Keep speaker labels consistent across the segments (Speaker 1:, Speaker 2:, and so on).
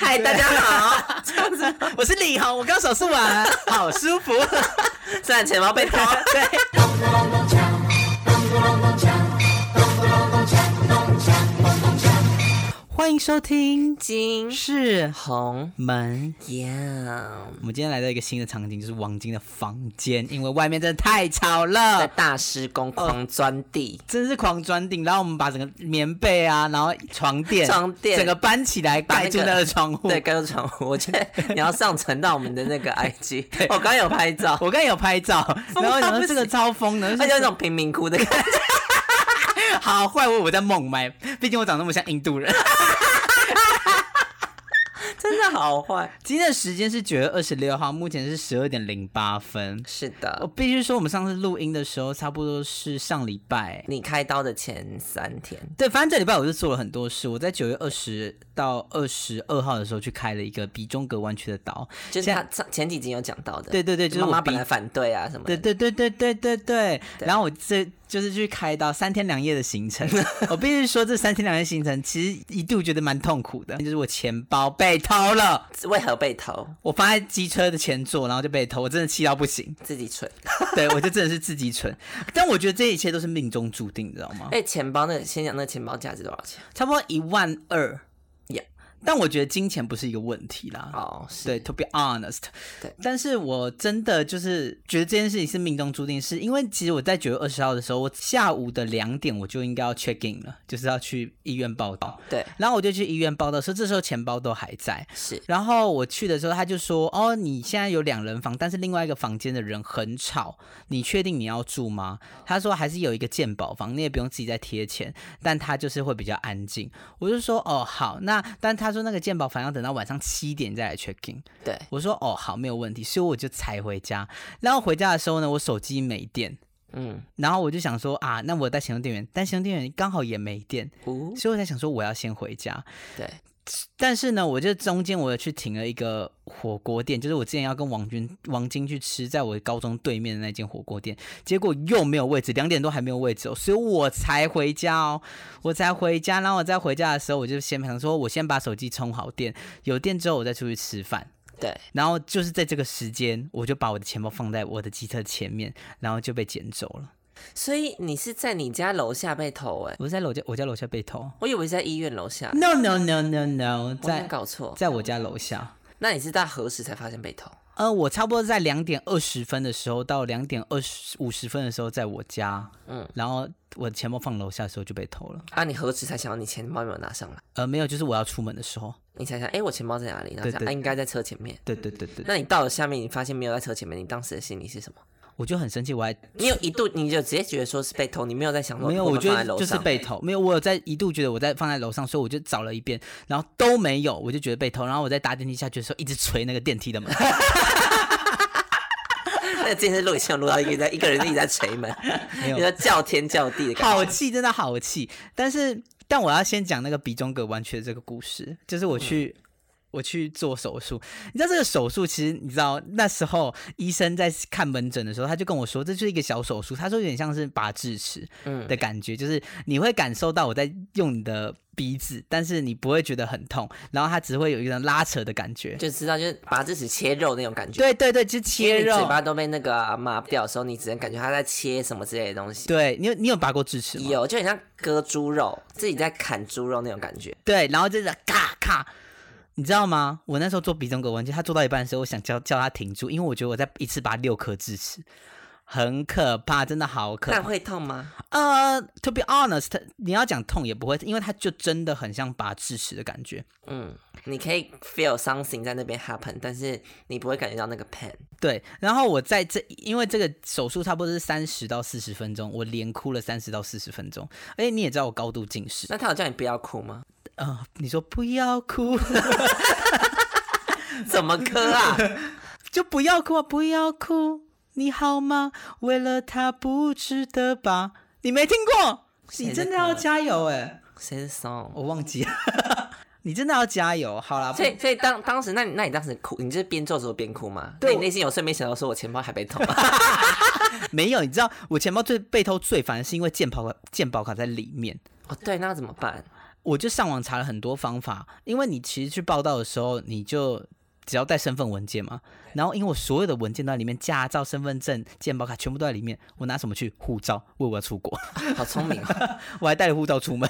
Speaker 1: 嗨，大家 好。
Speaker 2: 这样子，我是李红，我刚手术完，好舒服。
Speaker 1: 虽然钱包被偷，
Speaker 2: 对，欢迎收听
Speaker 1: 金
Speaker 2: 是
Speaker 1: 红呃
Speaker 2: 门。
Speaker 1: 呀，
Speaker 2: 我们今天来到一个新的场景，就是王晶的房间，因为外面真的太吵
Speaker 1: 在
Speaker 2: 了。
Speaker 1: 大施工狂钻地，
Speaker 2: 真是狂钻顶，然后我们把整个棉被啊，然后床垫、
Speaker 1: 床垫
Speaker 2: 整个搬起来
Speaker 1: 把那
Speaker 2: 盖住
Speaker 1: 个
Speaker 2: 那个窗户。
Speaker 1: 对，跟床。我觉得你要上传到我们的那 个 IG，我刚有拍照，
Speaker 2: 我刚才有拍照，然
Speaker 1: 到
Speaker 2: 后想说
Speaker 1: 不
Speaker 2: 这个
Speaker 1: 行
Speaker 2: 超疯的，
Speaker 1: 它就有一种贫民窟的感觉。
Speaker 2: 好坏我我在孟买，毕竟我长那么像印度人。
Speaker 1: 真的好坏。
Speaker 2: 今天的时间是九月二十六号，目前是十二点零八分。
Speaker 1: 是
Speaker 2: 我
Speaker 1: 的，
Speaker 2: 呃必须说，我们上次录音的时候，差不多是上礼拜。
Speaker 1: 你开刀的前三天，
Speaker 2: 对，反正这礼拜我是做了很多事。我在九月二十到二十二号的时候去开了一个鼻中隔弯曲的刀。
Speaker 1: 就是
Speaker 2: 现
Speaker 1: 他
Speaker 2: 在
Speaker 1: 上前几集有讲到的，
Speaker 2: 对对对，就是
Speaker 1: 妈妈
Speaker 2: 我
Speaker 1: 本
Speaker 2: 鼻
Speaker 1: 来反对啊什么
Speaker 2: 对
Speaker 1: 的，
Speaker 2: 对对对对对对，然后我这就是去开刀三天两夜的行程， 我必须说这三天两夜行程其实一度觉得蛮痛苦的，就是我钱包被偷了，
Speaker 1: 为何被偷？
Speaker 2: 我放在机车的前座，然后就被偷，我真的气到不行，
Speaker 1: 自己蠢。
Speaker 2: 对我就真的是自己蠢，但我觉得这一切都是命中注定，你知道吗？
Speaker 1: 哎，钱包那先讲那钱包价值多少钱？
Speaker 2: 差不多一万二
Speaker 1: Yeah
Speaker 2: 但我觉得金钱不是一个问题啦，
Speaker 1: 哦，是
Speaker 2: 对，to be honest，
Speaker 1: 对
Speaker 2: 但是我真的就是觉得这件事情是命中注定，是因为其实我在九月二十号的时候，我下午的两点我就应该要 check in 了，就是要去医院报道。
Speaker 1: 对，
Speaker 2: 然后我就去医院报道，说这时候钱包都还在。
Speaker 1: 是
Speaker 2: 然后我去的时候，他就说：“哦，你现在有两人房，但是另外一个房间的人很吵，你确定你要住吗？”他说：“还是有一个鉴宝房，你也不用自己再贴钱，但他就是会比较安静。”我就说：“哦，好。那”但他说那个鉴宝房要等到晚上七点再来 check in。
Speaker 1: 对，
Speaker 2: 我说哦好，没有问题，所以我就才回家。然后回家的时候呢，我手机没电，
Speaker 1: 嗯，
Speaker 2: 然后我就想说啊，那我带行动电源，但行动电源刚好也没电，
Speaker 1: 五，
Speaker 2: 所以我才想说我要先回家。
Speaker 1: 对，
Speaker 2: 但是呢，我就中间我有去停了一个火锅店，就是我之前要跟王军、王晶去吃，在我高中对面的那间火锅店，结果又没有位置，两点多还没有位置、哦，所以我才回家哦，我才回家。然后我在回家的时候，我就先想说，我先把手机充好电，有电之后我再出去吃饭。
Speaker 1: 对，
Speaker 2: 然后就是在这个时间，我就把我的钱包放在我的机车前面，然后就被捡走了。
Speaker 1: 所以你是在你家楼下被偷哎，
Speaker 2: 我在楼下，我家楼下被偷。
Speaker 1: 我以为在医院楼下，
Speaker 2: No no no no no，
Speaker 1: 我没
Speaker 2: 嗯在
Speaker 1: 搞错。
Speaker 2: 在我家楼下。
Speaker 1: 那你是在何时才发现被偷？
Speaker 2: 呃，我差不多在两点二十分的时候到两点二十五十分的时候，在我家，嗯
Speaker 1: 嗯，
Speaker 2: 然后我的钱包放楼下的时候就被偷了。
Speaker 1: 啊，你何时才想到你钱包有没有拿上来？
Speaker 2: 呃，没有，就是我要出门的时候。
Speaker 1: 你才想，哎，我钱包在哪里？然后
Speaker 2: 对
Speaker 1: 想，
Speaker 2: 对
Speaker 1: 啊，应该在车前面。
Speaker 2: 对对对对，
Speaker 1: 那你到了下面，你发现没有在车前面，你当时的心里是什么？
Speaker 2: 我就很生气，我还
Speaker 1: 你有一度你就直接觉得说是被偷，你没有在想说
Speaker 2: 没有，
Speaker 1: 会不
Speaker 2: 我
Speaker 1: 会
Speaker 2: 觉
Speaker 1: 放在
Speaker 2: 得
Speaker 1: 楼
Speaker 2: 就是
Speaker 1: 上。
Speaker 2: 被偷。没有，我有在一度觉得我在放在楼上，所以我就找了一遍，然后都没有，我就觉得被偷。然后我在搭电梯下去的时候，一直捶那个电梯的门。
Speaker 1: 那这次录影像录到一个在一个人自己在捶门，
Speaker 2: 没有
Speaker 1: 你说叫天叫地的感
Speaker 2: 好
Speaker 1: 觉。
Speaker 2: 气，真的好气。但是，但我要先讲那个鼻中隔弯曲的这个故事，就是我
Speaker 1: 嗯
Speaker 2: 去。我去做手术，你知道这个手术其实你知道那时候医生在看门诊的时候，他就跟我说，这就是一个小手术，他说有点像是拔智齿
Speaker 1: 嗯
Speaker 2: 的感觉，就是你会感受到我在用你的鼻子，但是你不会觉得很痛，然后它只会有一种拉扯的感觉。
Speaker 1: 就知道就是拔智齿切肉那种感觉。
Speaker 2: 对对对，就切
Speaker 1: 因为你
Speaker 2: 肉
Speaker 1: 嘴。巴都被那个啊麻掉的时候，你只能感觉它在切什么之类的东西。
Speaker 2: 对你有你有拔过智齿吗？
Speaker 1: 有，就很像割猪肉，自己在砍猪肉那种感觉。
Speaker 2: 对，然后就是咔咔，你知道吗？我那时候做鼻中隔弯曲，他做到一半的时候，我想叫叫他停住，因为我觉得我在一次拔六颗智齿，很可怕，真的好可
Speaker 1: 那
Speaker 2: 怕。
Speaker 1: 会痛吗？
Speaker 2: 呃、t o be honest，你要讲痛也不会，因为它就真的很像拔智齿的感觉。
Speaker 1: 嗯，你可以 feel something 在那边 happen，但是你不会感觉到那个 pain。
Speaker 2: 对，然后我在这，因为这个手术差不多是三十到四十分钟，我连哭了三十到四十分钟。而且你也知道我高度近视，
Speaker 1: 那他有叫你不要哭吗？
Speaker 2: 呃，你说不要哭，
Speaker 1: 怎么割 啊？
Speaker 2: 就不要哭啊，不要哭，你好吗？为了他不值得吧？你没听过？
Speaker 1: 谁
Speaker 2: 你
Speaker 1: 的
Speaker 2: 真的要
Speaker 1: 歌
Speaker 2: 加油哎、
Speaker 1: 谁是 song？
Speaker 2: 我忘记了， 你真的要加油。好啦，
Speaker 1: 所以，所以当当时，那你那你当时哭，你就是边做的时候边哭吗？
Speaker 2: 对
Speaker 1: 那你内心有顺便想到说，我钱包还被 偷吗？
Speaker 2: 没有，你知道我钱包最被偷最烦的是因为健保卡健保卡在里面。
Speaker 1: 哦，对，那要怎么办？
Speaker 2: 我就上网查了很多方法，因为你其实去报道的时候，你就只要带身份文件嘛，然后因为我所有的文件都在里面，驾照、身份证、健保卡全部都在里面，我拿什么去？护照，因为我要出国，
Speaker 1: 好聪明、 哦，
Speaker 2: 我还带了护照出门，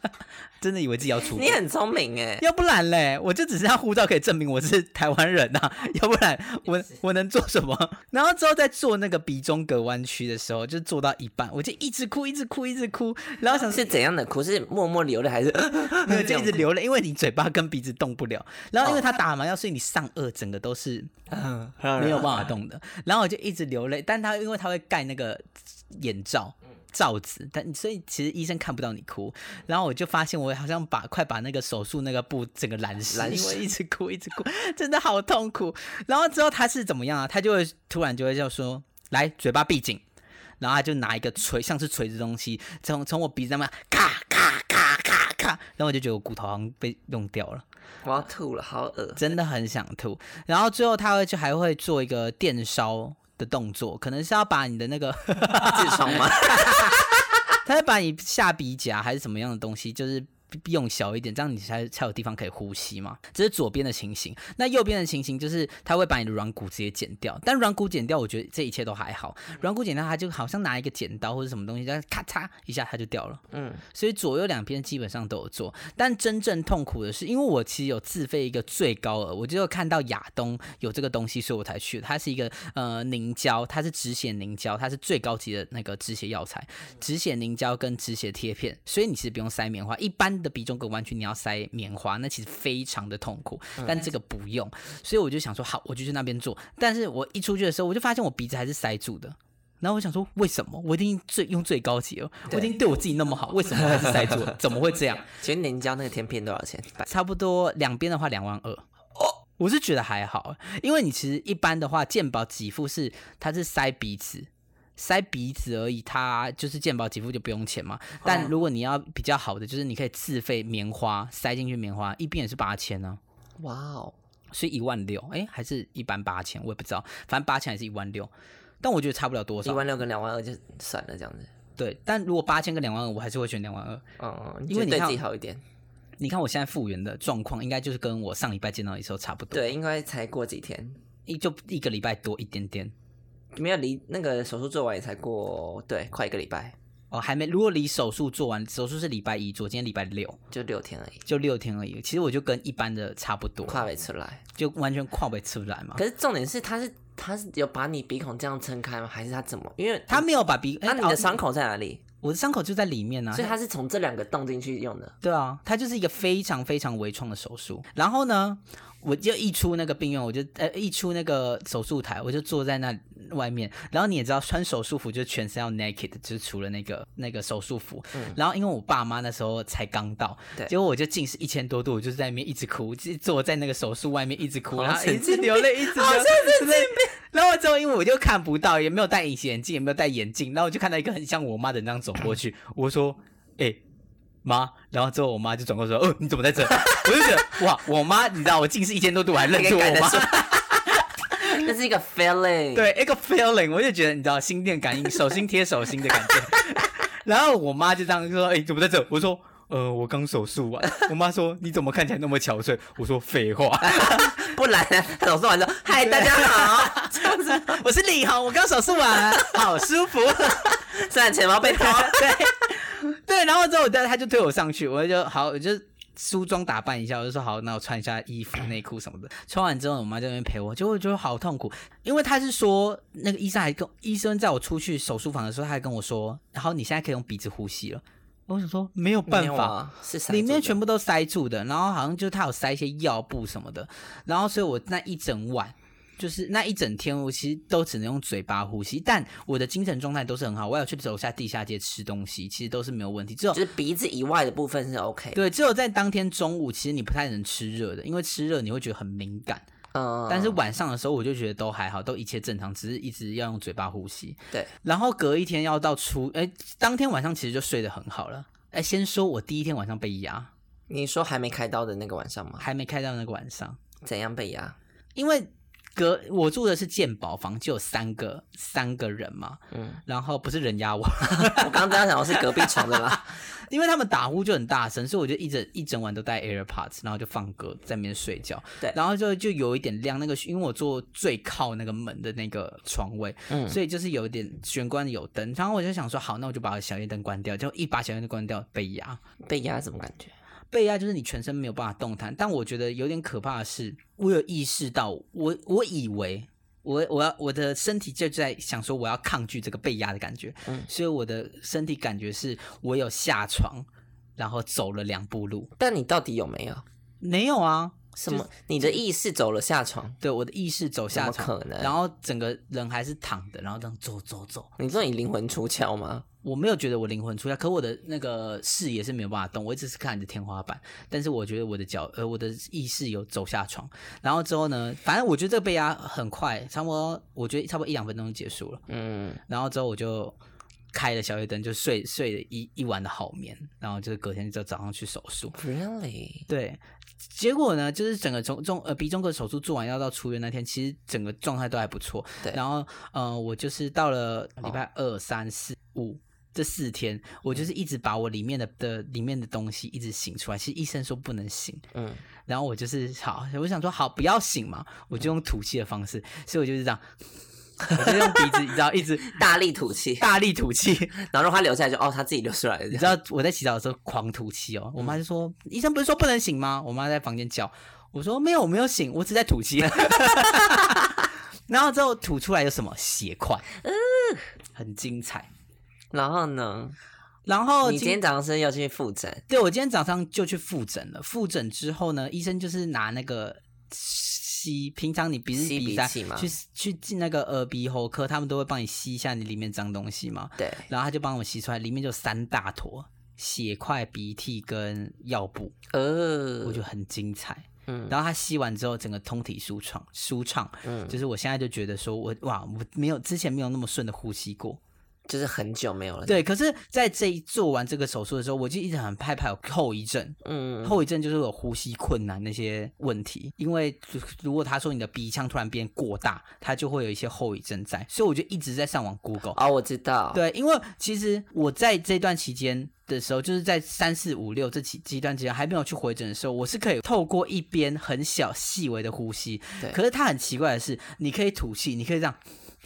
Speaker 2: 真的以为自己要出国
Speaker 1: 你。很聪明哎，
Speaker 2: 要不然嘞，我就只剩下护照可以证明我是台湾人呐、要不然我我能做什么？ 然后之后在做那个鼻中隔弯曲的时候，就做到一半，我就一直哭，一直哭，一直哭，然后 想
Speaker 1: 是怎样的哭？是默默流泪还是
Speaker 2: 没有
Speaker 1: 这
Speaker 2: 就一
Speaker 1: 样哦
Speaker 2: 直？流泪，因为你嘴巴跟鼻子动不了。然后因为他打麻药，所以你上颚整个都是 没有办法动的。然后我就一直流泪，但他因为他会盖那个眼罩。罩子，但所以其实医生看不到你哭，然后我就发现我好像把快把那个手术那个布整个染湿，
Speaker 1: 染
Speaker 2: 因为
Speaker 1: 湿
Speaker 2: 一直哭一直哭，真的好痛苦。然后之后他是怎么样啊？他就会突然就会就说：“来，嘴巴闭紧。”然后他就拿一个锤，像是锤子的东西，从从我鼻子上面咔咔咔咔咔，然后我就觉得我骨头好像被弄掉了，
Speaker 1: 我要吐了，好 恶。
Speaker 2: 真的很想吐。然后最后他会就还会做一个电烧的动作，可能是要把你的那个，
Speaker 1: 痔疮吗？
Speaker 2: 他会把你下鼻夹还是什么样的东西，就是。用小一点，这样你才才有地方可以呼吸嘛。这是左边的情形，那右边的情形就是他会把你的软骨直接剪掉，但软骨剪掉，我觉得这一切都还好。软骨剪掉，他就好像拿一个剪刀或者什么东西，但是咔嚓一下它就掉了。
Speaker 1: 嗯，
Speaker 2: 所以左右两边基本上都有做。但真正痛苦的是，因为我其实有自费一个最高额，我就有看到亚东有这个东西，所以我才去的。它是一个呃凝胶，它是止血凝胶，它是最高级的那个止血药材，止血凝胶跟止血贴片，所以你其实不用塞棉花。一般的鼻中隔弯曲你要塞棉花，那其实非常的痛苦，但这个不用。所以我就想说，好，我就去那边做。但是我一出去的时候，我就发现我鼻子还是塞住的。然后我想说，为什么我已经最用最高级了，哦我已经对我自己那么好，为什么还是塞住了？怎么会这样？
Speaker 1: 请问凝胶那个天片多少钱？百
Speaker 2: 差不多两边的话两万二。哦我是觉得还好，因为你其实一般的话，健保给付是它是塞鼻子，塞鼻子而已，它就是健保给付就不用钱嘛。
Speaker 1: 嗯
Speaker 2: 但如果你要比较好的，就是你可以自费棉花塞进去，棉花一边也是八千呢。
Speaker 1: 哇哦，
Speaker 2: 所以一万六，哎，还是一般八千，我也不知道，反正八千还是一万六，但我觉得差不了多
Speaker 1: 一
Speaker 2: 少。
Speaker 1: 万六跟两万二就算了，这样子。
Speaker 2: 对，但如果八千跟两万二，我还是会选两万二。
Speaker 1: 哦，
Speaker 2: 因
Speaker 1: 就
Speaker 2: 为你
Speaker 1: 对
Speaker 2: 看
Speaker 1: 自己好一点。
Speaker 2: 你看我现在复原的状况，应该就是跟我上礼拜见到你的时候差不多，
Speaker 1: 对，应该才过几天，
Speaker 2: 一就一个礼拜多一点点。
Speaker 1: 没有离那个手术做完也才过对快一个礼拜，
Speaker 2: 哦，还没。如果离手术做完，手术是礼拜一做，今天礼拜六，
Speaker 1: 就六天而已，
Speaker 2: 就六天而已。其实我就跟一般的差不多，
Speaker 1: 跨没出来。
Speaker 2: 就完全跨不出来嘛。
Speaker 1: 可是重点是，他是他是有把你鼻孔这样撑开吗？还是他怎么？因为
Speaker 2: 他没有把鼻，
Speaker 1: 那
Speaker 2: 哎
Speaker 1: 你
Speaker 2: 哦
Speaker 1: 的伤口在哪里？
Speaker 2: 我的伤口就在里面啊。
Speaker 1: 所以他是从这两个洞进去用 的。
Speaker 2: 对啊，它就是一个非常非常微创的手术。然后呢，我就一出那个病院，我就呃一出那个手术台，我就坐在那外面。然后你也知道，穿手术服就全身要 naked，就是除了那个那个手术服。然后因为我爸妈那时候才刚到，
Speaker 1: 嗯对
Speaker 2: 结果我就近视一千多度，我就是在那边一直哭，就坐在那个手术外面一直哭，
Speaker 1: 好
Speaker 2: 然后一
Speaker 1: 神
Speaker 2: 直
Speaker 1: 经
Speaker 2: 流泪，一直流
Speaker 1: 好像
Speaker 2: 神经然后之后，因为我就看不到，也没有戴隐形眼镜，也没有戴眼镜，然后我就看到一个很像我妈的人这样走过去，我说：“哎、妈。”然后之后我妈就转过头说：“哦，你怎么在这？”我就觉得哇，我妈，你知道我近视一千多度，我还认出
Speaker 1: 应该感
Speaker 2: 我
Speaker 1: 得
Speaker 2: 妈，
Speaker 1: 出那是一个 feeling。，
Speaker 2: 对，一个 feeling，我就觉得你知道心电感应，手心贴手心的感觉。 然后我妈就这样说：“哎、怎么在这？”我说。呃，我刚手术完，我妈说你怎么看起来那么憔悴？我说废话，
Speaker 1: 不然呢手术完之后，嗨，大家好，这样子，
Speaker 2: 我是李红，我刚手术完， 好舒服。
Speaker 1: 虽然钱包被偷，
Speaker 2: 对对，然后之后我带他就推我上去，我就好，我就梳妆打扮一下，我就说好，那我穿一下衣服、内裤什么的。穿完之后，我妈在那边陪我，结果我觉得好痛苦，因为他是说那个医生还跟医生在我出去手术房的时候，他还跟我说，然后你现在可以用鼻子呼吸了。我想说没有办
Speaker 1: 没有
Speaker 2: 法，
Speaker 1: 啊是塞
Speaker 2: 里
Speaker 1: 住
Speaker 2: 面
Speaker 1: 的
Speaker 2: 全部都塞住的，然后好像就他有塞一些药布什么的，然后所以我那一整晚。就是那一整天，我其实都只能用嘴巴呼吸，但我的精神状态都是很好。我有去走下地下街吃东西，其实都是没有问题。只有
Speaker 1: 就是鼻子以外的部分是 OK。
Speaker 2: 对，只有在当天中午，其实你不太能吃热的，因为吃热你会觉得很敏感。
Speaker 1: 嗯，
Speaker 2: 但是晚上的时候，我就觉得都还好，都一切正常，只是一直要用嘴巴呼吸。
Speaker 1: 对，
Speaker 2: 然后隔一天要到初，哎，当天晚上其实就睡得很好了。哎，先说我第一天晚上被压，
Speaker 1: 你说还没开刀的那个晚上吗？
Speaker 2: 还没开到那个晚上。
Speaker 1: 怎样被压？
Speaker 2: 因为隔我住的是鉴宝房，就有三个三个人嘛，
Speaker 1: 嗯，
Speaker 2: 然后不是人压我，
Speaker 1: 我刚刚这样想，我是隔壁床的啦。
Speaker 2: 因为他们打呼就很大声，所以我就一整一整晚都戴 AirPods，然后就放歌在那边睡觉。
Speaker 1: 对
Speaker 2: 然后就就有一点亮，那个因为我坐最靠那个门的那个床位，
Speaker 1: 嗯
Speaker 2: 所以就是有一点玄关有灯。然后我就想说，好，那我就把小夜灯关掉，就一把小夜灯关掉，被压。
Speaker 1: 被压什么感觉？
Speaker 2: 被压就是你全身没有办法动弹，但我觉得有点可怕的是，我有意识到，我我以为我我要我的身体就在想说我要抗拒这个被压的感觉，
Speaker 1: 嗯
Speaker 2: 所以我的身体感觉是我有下床，然后走了两步路，
Speaker 1: 但你到底有没有
Speaker 2: 没有啊，
Speaker 1: 什么？你的意识走了下床？
Speaker 2: 对，我的意识走
Speaker 1: 怎
Speaker 2: 下
Speaker 1: 么
Speaker 2: 床，
Speaker 1: 可能？
Speaker 2: 然后整个人还是躺的，然后这样走走走，
Speaker 1: 你说你灵魂出窍吗？
Speaker 2: 我没有觉得我灵魂出窍，可我的那个视野是没有办法动，我一直是看着天花板。但是我觉得我的脚，呃，我的意识有走下床。然后之后呢，反正我觉得这个被压很快，差不多，我觉得差不多一两分钟就结束了。
Speaker 1: 嗯，
Speaker 2: 然后之后我就开了小夜灯，就睡睡了一一晚的好眠。然后就是隔天就早上去手术。
Speaker 1: Really？
Speaker 2: 对，结果呢，就是整个中中呃鼻中隔手术做完要到出院那天，其实整个状态都还不错。
Speaker 1: 对
Speaker 2: 然后呃，我就是到了礼拜二、三、四、五。这四天，我就是一直把我里面的的里面的东西一直醒出来。其实医生说不能醒，
Speaker 1: 嗯，
Speaker 2: 然后我就是好，我想说好不要醒嘛，我就用吐气的方式，所以我就是这样， 我就用鼻子，你知道，一直
Speaker 1: 大力吐气，
Speaker 2: 大力吐气，
Speaker 1: 然后让它流下来就哦，它自己流出来了。
Speaker 2: 你知道我在洗澡的时候狂吐气哦，
Speaker 1: 嗯
Speaker 2: 我妈就说：“医生不是说不能醒吗？”我妈在房间叫我说：“没有，我没有醒，我只在吐 气。” 然后之后吐出来有什么血块，
Speaker 1: 呃
Speaker 2: 很精彩。
Speaker 1: 然后呢？
Speaker 2: 然后
Speaker 1: 你今天早上是要去复诊？
Speaker 2: 对我今天早上就去复诊了。复诊之后呢，医生就是拿那个吸，平常你鼻子
Speaker 1: 吸
Speaker 2: 鼻
Speaker 1: 鼻
Speaker 2: 塞
Speaker 1: 器吗
Speaker 2: 去去进那个耳鼻喉科，他们都会帮你吸一下你里面脏东西嘛。
Speaker 1: 对，
Speaker 2: 然后他就帮我吸出来，里面就三大坨血块、鼻涕跟药布，
Speaker 1: 呃，
Speaker 2: 我觉得很精彩。
Speaker 1: 嗯
Speaker 2: 然后他吸完之后，整个通体舒畅，舒畅，
Speaker 1: 嗯，
Speaker 2: 就是我现在就觉得说我哇，我没有之前没有那么顺的呼吸过。
Speaker 1: 就是很久没有了。，
Speaker 2: 对，可是在这一做完这个手术的时候，我就一直很害怕有后遗症。
Speaker 1: 嗯，
Speaker 2: 后遗症就是有呼吸困难那些问题，因为如果他说你的鼻腔突然变过大，它就会有一些后遗症在，所以我就一直在上网 Google。
Speaker 1: 哦，我知道。，
Speaker 2: 对，因为其实我在这段期间的时候，就是在三四五六这几几段期间还没有去回诊的时候，我是可以透过一边很小细微的呼吸
Speaker 1: 对。
Speaker 2: 可是它很奇怪的是，你可以吐气，你可以这样，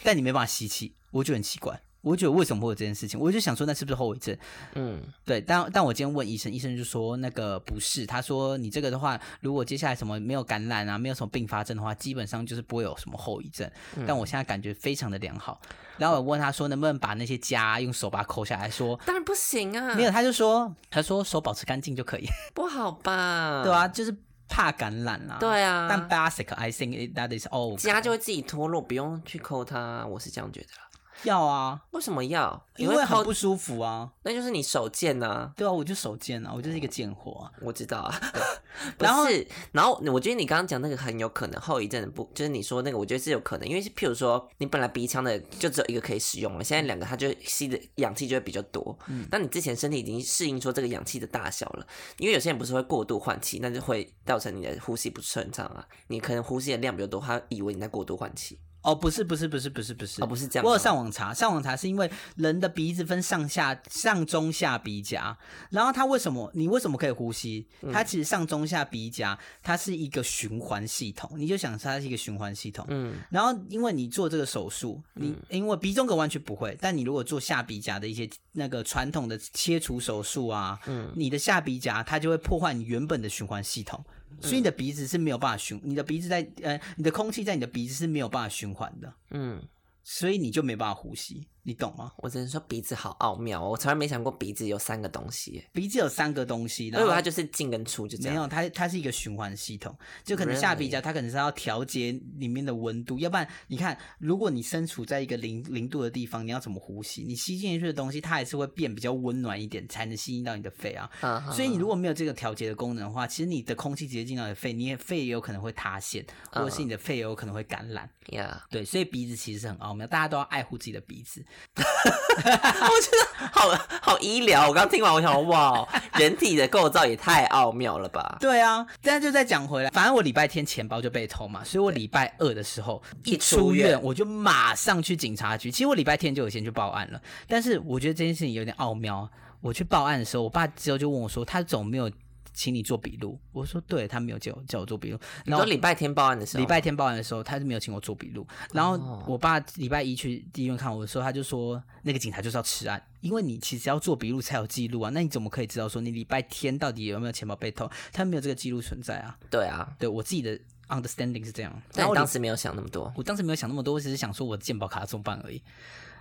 Speaker 2: 但你没办法吸气，我觉得很奇怪。我觉得为什么会有这件事情？我就想说，那是不是后遗症？
Speaker 1: 嗯，
Speaker 2: 对，但但我今天问医生，医生就说那个不是，他说你这个的话，如果接下来什么没有感染啊，没有什么并发症的话，基本上就是不会有什么后遗症。
Speaker 1: 嗯
Speaker 2: 但我现在感觉非常的良好。然后我问他说能不能把那些痂用手把它抠下来说，
Speaker 1: 当然不行啊，
Speaker 2: 没有，他就说他说手保持干净就可以，
Speaker 1: 不好吧？
Speaker 2: 对，啊，就是怕感染啦、
Speaker 1: 嗯对啊，
Speaker 2: 但 basic I think it- that is all
Speaker 1: 家就会自己脱落，不用去抠它，我是这样觉得啦。
Speaker 2: 要啊，
Speaker 1: 为什么要？
Speaker 2: 因
Speaker 1: 你
Speaker 2: 为
Speaker 1: 会
Speaker 2: 很
Speaker 1: 抠，
Speaker 2: 不舒服啊。
Speaker 1: 那就是你手贱呐、啊。
Speaker 2: 对啊，我就手贱啊，我就是一个贱货啊。
Speaker 1: 我知道 啊，不
Speaker 2: 然后
Speaker 1: 是，然后我觉得你刚刚讲那个很有可能后遗症的不，就是你说那个，我觉得是有可能，因为是譬如说你本来鼻腔的就只有一个可以使用了，现在两个它就吸的氧气就会比较多，
Speaker 2: 嗯
Speaker 1: 那你之前身体已经适应说这个氧气的大小了，因为有些人不是会过度换气，那就会造成你的呼吸不顺畅啊，你可能呼吸的量比较多，他以为你在过度换气，
Speaker 2: 哦，不是，不是，不是，不是，不是，
Speaker 1: 哦不是这样
Speaker 2: 我有
Speaker 1: 吗
Speaker 2: 上网查，上网查是因为人的鼻子分上下、上中下鼻夹，然后它为什么你为什么可以呼吸？
Speaker 1: 嗯
Speaker 2: 它其实上中下鼻夹，它是一个循环系统，你就想它是一个循环系统。
Speaker 1: 嗯
Speaker 2: 然后，因为你做这个手术，你因为鼻中隔弯曲不会，但你如果做下鼻夹的一些那个传统的切除手术啊，
Speaker 1: 嗯
Speaker 2: 你的下鼻夹它就会破坏你原本的循环系统，
Speaker 1: 嗯
Speaker 2: 所以你的鼻子是没有办法循，你的鼻子在呃，你的空气在你的鼻子是没有办法循环的，
Speaker 1: 嗯，
Speaker 2: 所以你就没办法呼吸，你懂吗？
Speaker 1: 我只能说鼻子好奥妙哦，我从来没想过鼻子有三个东西耶，
Speaker 2: 鼻子有三个东西，
Speaker 1: 我
Speaker 2: 然
Speaker 1: 以
Speaker 2: 后
Speaker 1: 为哎它就是进跟出就这
Speaker 2: 没
Speaker 1: 样，
Speaker 2: 有，它它是一个循环系统，就可能下鼻夹它可能是要调节里面的温度，要不然你看，如果你身处在一个零零度的地方，你要怎么呼吸？你吸进去的东西它还是会变比较温暖一点，才能吸进到你的肺啊。
Speaker 1: 啊哈
Speaker 2: 所以你如果没有这个调节的功能的话，其实你的空气直接进到你的肺，你也肺也有可能会塌陷，或
Speaker 1: 啊
Speaker 2: 者是你的肺也有可能会感染。
Speaker 1: 呀。
Speaker 2: 对，所以鼻子其实是很奥妙，大家都要爱护自己的鼻子。
Speaker 1: 我觉得好好医疗。我刚听完，我想哇，哦人体的构造也太奥妙了吧！
Speaker 2: 对啊，但就再讲回来，反正我礼拜天钱包就被偷嘛，所以我礼拜二的时候一
Speaker 1: 一
Speaker 2: 出
Speaker 1: 出院
Speaker 2: 院，我就马上去警察局。其实我礼拜天就有先去报案了，但是我觉得这件事情有点奥妙。啊我去报案的时候，我爸之后就问我说，他总没有请你做笔录？我说对，他没有叫我叫我做笔录。
Speaker 1: 你
Speaker 2: 然后
Speaker 1: 说礼拜天报案的时候，
Speaker 2: 礼拜天报案的时候，他是没有请我做笔录。然后我爸礼拜一去医院看我的时候，他就说那个警察就是要吃案，因为你其实要做笔录才有记录啊，那你怎么可以知道说你礼拜天到底有没有钱包被偷？他没有这个记录存在啊。
Speaker 1: 对啊，
Speaker 2: 对我自己的 understanding 是这样。然
Speaker 1: 但
Speaker 2: 后
Speaker 1: 你
Speaker 2: 我
Speaker 1: 当
Speaker 2: 礼
Speaker 1: 时没有想那么多，
Speaker 2: 我当时没有想那么多，我只是想说我的健保卡怎么办而已。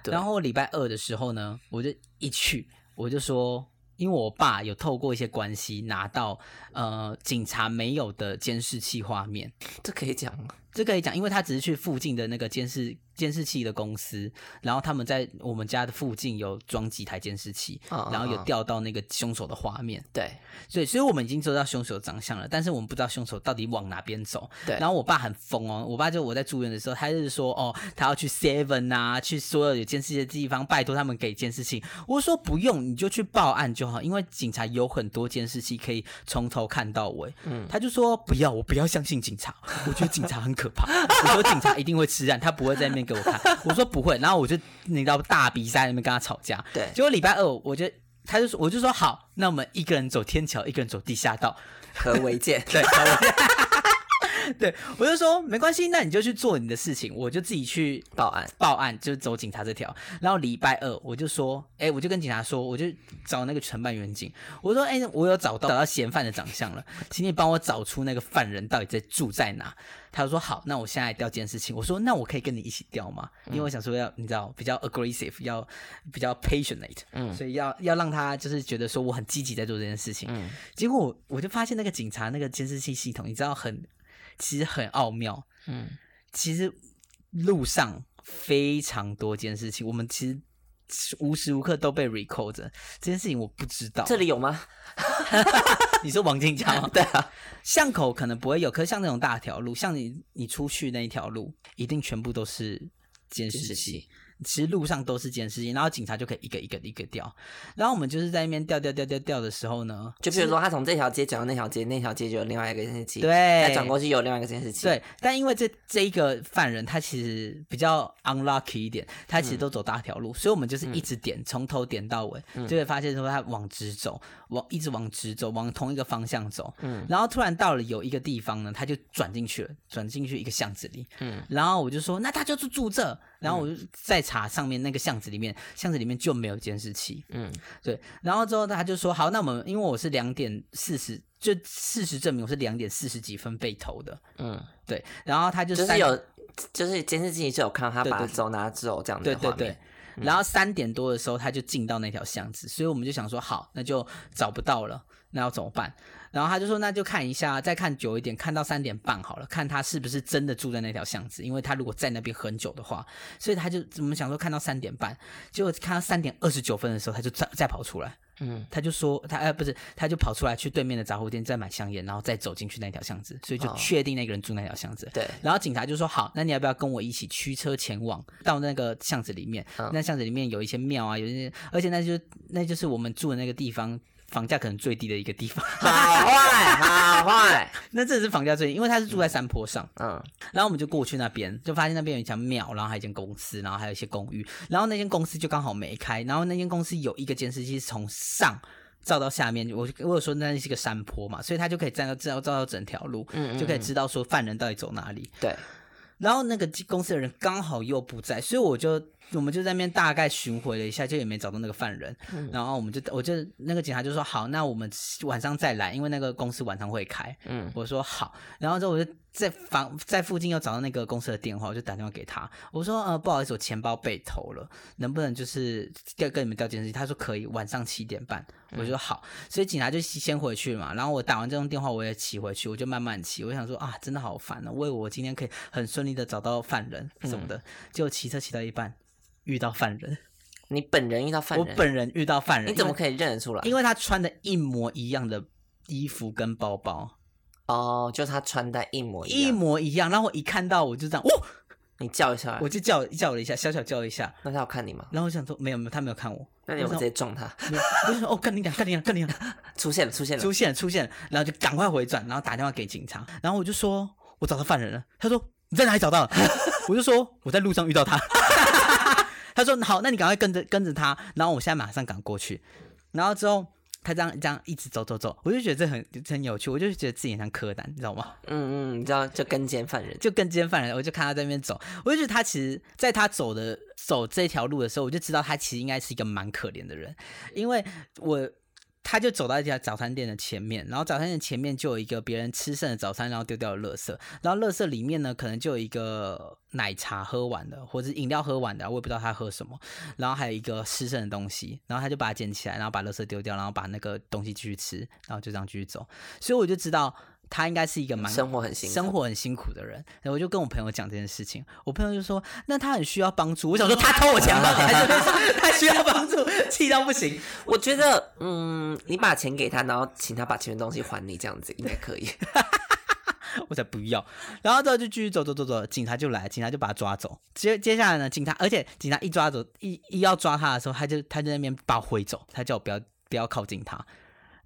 Speaker 1: 对
Speaker 2: 然后礼拜二的时候呢，我就一去，我就说，因为我爸有透过一些关系拿到呃警察没有的监视器画面。
Speaker 1: 这可以讲吗？
Speaker 2: 这可以讲，因为他只是去附近的那个监视监视器的公司，然后他们在我们家的附近有装几台监视器，
Speaker 1: 嗯嗯
Speaker 2: 然后有
Speaker 1: 嗯
Speaker 2: 调到那个凶手的画面，
Speaker 1: 对
Speaker 2: 所以所以我们已经知道凶手的长相了，但是我们不知道凶手到底往哪边走。
Speaker 1: 对
Speaker 2: 然后我爸很疯哦，我爸就我在住院的时候，他就是说哦，他要去 Seven 啊，去所有有监视器的地方，拜托他们给监视器。我说不用，你就去报案就好，因为警察有很多监视器可以从头看到尾。嗯，他就说不要，我不要相信警察，我觉得警察很可怕。 我说警察一定会吃案，他不会在那边给我看。我说不会，然后我就你知道大比赛那边跟他吵架。
Speaker 1: 对
Speaker 2: 结果礼拜二我就。他就说，我就说好，那我们一个人走天桥，一个人走地下道，
Speaker 1: 何为见？
Speaker 2: 对，好我对我就说没关系，那你就去做你的事情，我就自己去
Speaker 1: 报 案，
Speaker 2: 报案，就是走警察这条。然后礼拜二我就说，哎、我就跟警察说，我就找那个承办员警，我说，哎、我有找到找到嫌犯的长相了， 请你帮我找出那个犯人到底在住在哪。他说好，那我现在调监视器。我说那我可以跟你一起调吗？因为我想说要你知道比较 aggressive，要比较 passionate，嗯，所以要要让他就是觉得说我很积极在做这件事情。嗯，结果我我就发现那个警察那个监视器系统，你知道很其实很奥妙，
Speaker 1: 嗯，
Speaker 2: 其实路上非常多监视器，我们其实无时无刻都被 record 着这件事情，我不知道。
Speaker 1: 这里有吗？
Speaker 2: 你说王 金强对啊，巷口可能不会有，可是像那种大条路，像你你出去那一条路，一定全部都是监
Speaker 1: 监
Speaker 2: 视
Speaker 1: 视
Speaker 2: 器
Speaker 1: 器。
Speaker 2: 其实路上都是监视器，然后警察就可以一个一个一个调。然后我们就是在那边调调调调调的时候呢，
Speaker 1: 就比如说，他从这条街转到那条街，那条街就有另外一个监视器，，
Speaker 2: 对，
Speaker 1: 再转过去又有另外一个监视器，，
Speaker 2: 对，但因为这这一个犯人他其实比较 unlucky 一点，他其实都走大条路，所以我们就是一直点，从头点到尾，就会发现说他往直走，往一直往直走，往同一个方向走。嗯，然后突然到了有一个地方呢，他就转进去了，转进去一个巷子里。嗯，然后我就说，那他就是住这。然后我就再查上面那个巷子里面，巷子里面就没有监视器。
Speaker 1: 嗯，
Speaker 2: 对，然后之后他就说好，那我们因为我是两点四十，就事实证明我是两点四十几分被投的，
Speaker 1: 嗯，
Speaker 2: 对，然后他就
Speaker 1: 就是
Speaker 2: 三
Speaker 1: 有，就是监视器就有看到他
Speaker 2: 对
Speaker 1: 把
Speaker 2: 对
Speaker 1: 手拿走这样
Speaker 2: 对
Speaker 1: 的
Speaker 2: 对
Speaker 1: 画
Speaker 2: 对
Speaker 1: 面，。嗯
Speaker 2: 然后三点多的时候，他就进到那条巷子，所以我们就想说，好，那就找不到了，那要怎么办？然后他就说，那就看一下，再看久一点，看到三点半好了，看他是不是真的住在那条巷子，因为他如果在那边很久的话，所以他就我们想说看到三点半，结果看到三点二十九分的时候，他就再再跑出来，
Speaker 1: 嗯，
Speaker 2: 他就说他呃不是，他就跑出来去对面的杂货店再买香烟，然后再走进去那条巷子，所以就
Speaker 1: 哦
Speaker 2: 确定那个人住那条巷子。
Speaker 1: 对，
Speaker 2: 然后警察就说：“好，那你要不要跟我一起驱车前往到那个巷子里面？
Speaker 1: 嗯
Speaker 2: 那巷子里面有一些庙啊，有一些，而且那就那就是我们住的那个地方。”房价可能最低的一个地方，
Speaker 1: 好坏，好坏，
Speaker 2: 那真的是房价最低，因为他是住在山坡上。
Speaker 1: 嗯，
Speaker 2: 然后我们就过去那边，就发现那边有一家庙，然后还有一间公司，然后还有一些公寓。然后那间公司就刚好没开，然后那间公司有一个监视器是从上照到下面，我我有说那是一个山坡嘛，所以他就可以站到照照到整条路，
Speaker 1: 嗯嗯
Speaker 2: 就可以知道说犯人到底走哪里。
Speaker 1: 对，
Speaker 2: 然后那个公司的人刚好又不在，所以我就我们就在那边大概巡回了一下，就也没找到那个犯人。然后我们就我就那个警察就说好，那我们晚上再来，因为那个公司晚上会开。
Speaker 1: 嗯，
Speaker 2: 我说好，然后之后我就在房在附近又找到那个公司的电话，我就打电话给他，我说呃不好意思，我钱包被偷了，能不能就是调跟你们调监视器？他说可以，晚上七点半。我
Speaker 1: 嗯
Speaker 2: 就说好，所以警察就先回去嘛，然后我打完这通电话我也骑回去，我就慢慢骑，我想说啊真的好烦啊，为我今天可以很顺利的找到犯人
Speaker 1: 嗯
Speaker 2: 什么的，结果骑车骑到一半遇到犯人，
Speaker 1: 你本人遇到犯
Speaker 2: 我
Speaker 1: 人，
Speaker 2: 本人遇到犯人，
Speaker 1: 你怎么
Speaker 2: 以？
Speaker 1: 可以认得出来？
Speaker 2: 因为他穿的一模一样的衣服跟包包。
Speaker 1: 哦，就是他穿戴一模
Speaker 2: 一
Speaker 1: 样，
Speaker 2: 模一样。然后我一看到我就这样，哦，
Speaker 1: 你叫一下
Speaker 2: 我，就叫叫了一下，小小叫了一下。
Speaker 1: 那他有看你吗？
Speaker 2: 然后我想说，没有没有，他没有看我，
Speaker 1: 那你有没有
Speaker 2: 我
Speaker 1: 直接撞他？
Speaker 2: 没有我就说，哦，干你俩，干你俩，干你 俩，
Speaker 1: 出现了，出现了，
Speaker 2: 出现了出现了，然后就赶快回转，然后打电话给警察。然后我就说，我找到犯人了。他说你在哪里找到的？ 我就说我在路 上遇到他。他说好，那你赶快跟着跟着他。然后我现在马上赶过去。然后之后他这样这样一直走走走，我就觉得这很很有趣，我就觉得自己很像柯南，你知道吗？
Speaker 1: 嗯嗯，你知道就跟监犯人，
Speaker 2: 就跟监犯人，我就看他在那边走，我就觉得他其实在他走的走这条路的时候，我就知道他其实应该是一个蛮可怜的人，因为我。他就走到一家早餐店的前面，然后早餐店前面就有一个别人吃剩的早餐，然后丢掉的垃圾，然后垃圾里面呢，可能就有一个奶茶喝完的，或者是饮料喝完的，我也不知道他喝什么，然后还有一个吃剩的东西，然后他就把它捡起来，然后把垃圾丢掉，然后把那个东西继续吃，然后就这样继续走，所以我就知道他应该是一个蛮
Speaker 1: 生活很辛苦
Speaker 2: 生活很辛苦的人，然后我就跟我朋友讲这件事情，我朋友就说，那他很需要帮助，我想说他偷我钱包， 还是会他需要帮助，气到不行。
Speaker 1: 我觉得，嗯，你把钱给他，然后请他把钱的东西还你，这样子应该可 以。
Speaker 2: 我才不要。然后之后就继续走走走走，警察就来，警察就把他抓走。接接下来呢，警察而且警察一抓走一一要抓他的时候，他就他就在那边把我挥走，他叫我不要不要靠近他。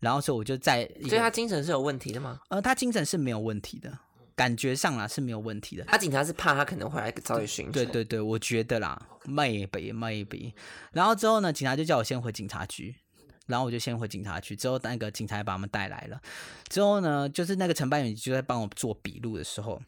Speaker 2: 然后所以我就在一
Speaker 1: 所以
Speaker 2: 个，
Speaker 1: 他精神是有问题的吗？
Speaker 2: 呃，他精神是没有问题的，感觉上啦是没有问题的。
Speaker 1: 他警察是怕他可能会来遭遇寻仇。
Speaker 2: 对对对，我觉得啦，maybe maybe。然后之后呢，警察就叫我先回警察局，然后我就先回警察局。之后那个警察也把他们带来了。之后呢，就是那个承办员就在帮我做笔录的时候，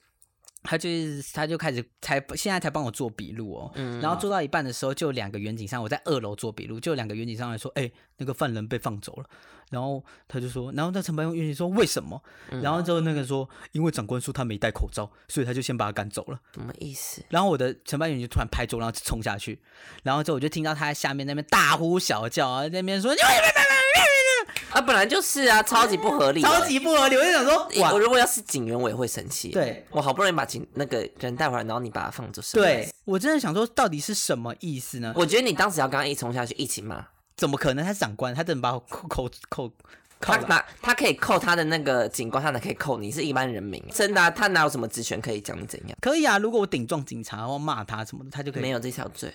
Speaker 2: 他就是他就开始才现在才帮我做笔录哦。然后做到一半的时候，就有两个远景上，我在二楼做笔录，就有两个远景上来说：“哎、那个犯人被放走了。”然后他就说，然后那承办员说：“为什么？”然后之后那个说：“因为长官说他没戴口罩，所以他就先把他赶走了。”
Speaker 1: 什么意思？
Speaker 2: 然后我的承办员就突然拍桌，然后冲下去，然后之后我就听到他在下面那边大呼小叫啊，在那边说你为什么
Speaker 1: 啊，本来就是啊，超级不合理的。
Speaker 2: 超级不合理，我就想说
Speaker 1: 我
Speaker 2: 哇，
Speaker 1: 如果要是警员，我也会生气。
Speaker 2: 对，
Speaker 1: 我好不容易把警那个人带回来，然后你把他放走，什么意
Speaker 2: 对
Speaker 1: 思？
Speaker 2: 我真的想说到底是什么意思呢？
Speaker 1: 我觉得你当时要跟他一冲下去一起骂，
Speaker 2: 怎么可能？他是长官，他怎么把我扣扣扣扣
Speaker 1: 他
Speaker 2: 了？
Speaker 1: 拿他可以扣他的那个警官，他哪可以扣你？是一般人民，真的啊、他哪有什么职权可以讲你怎样？
Speaker 2: 可以啊，如果我顶撞警察或骂他什么的，他就可以
Speaker 1: 没有这条罪。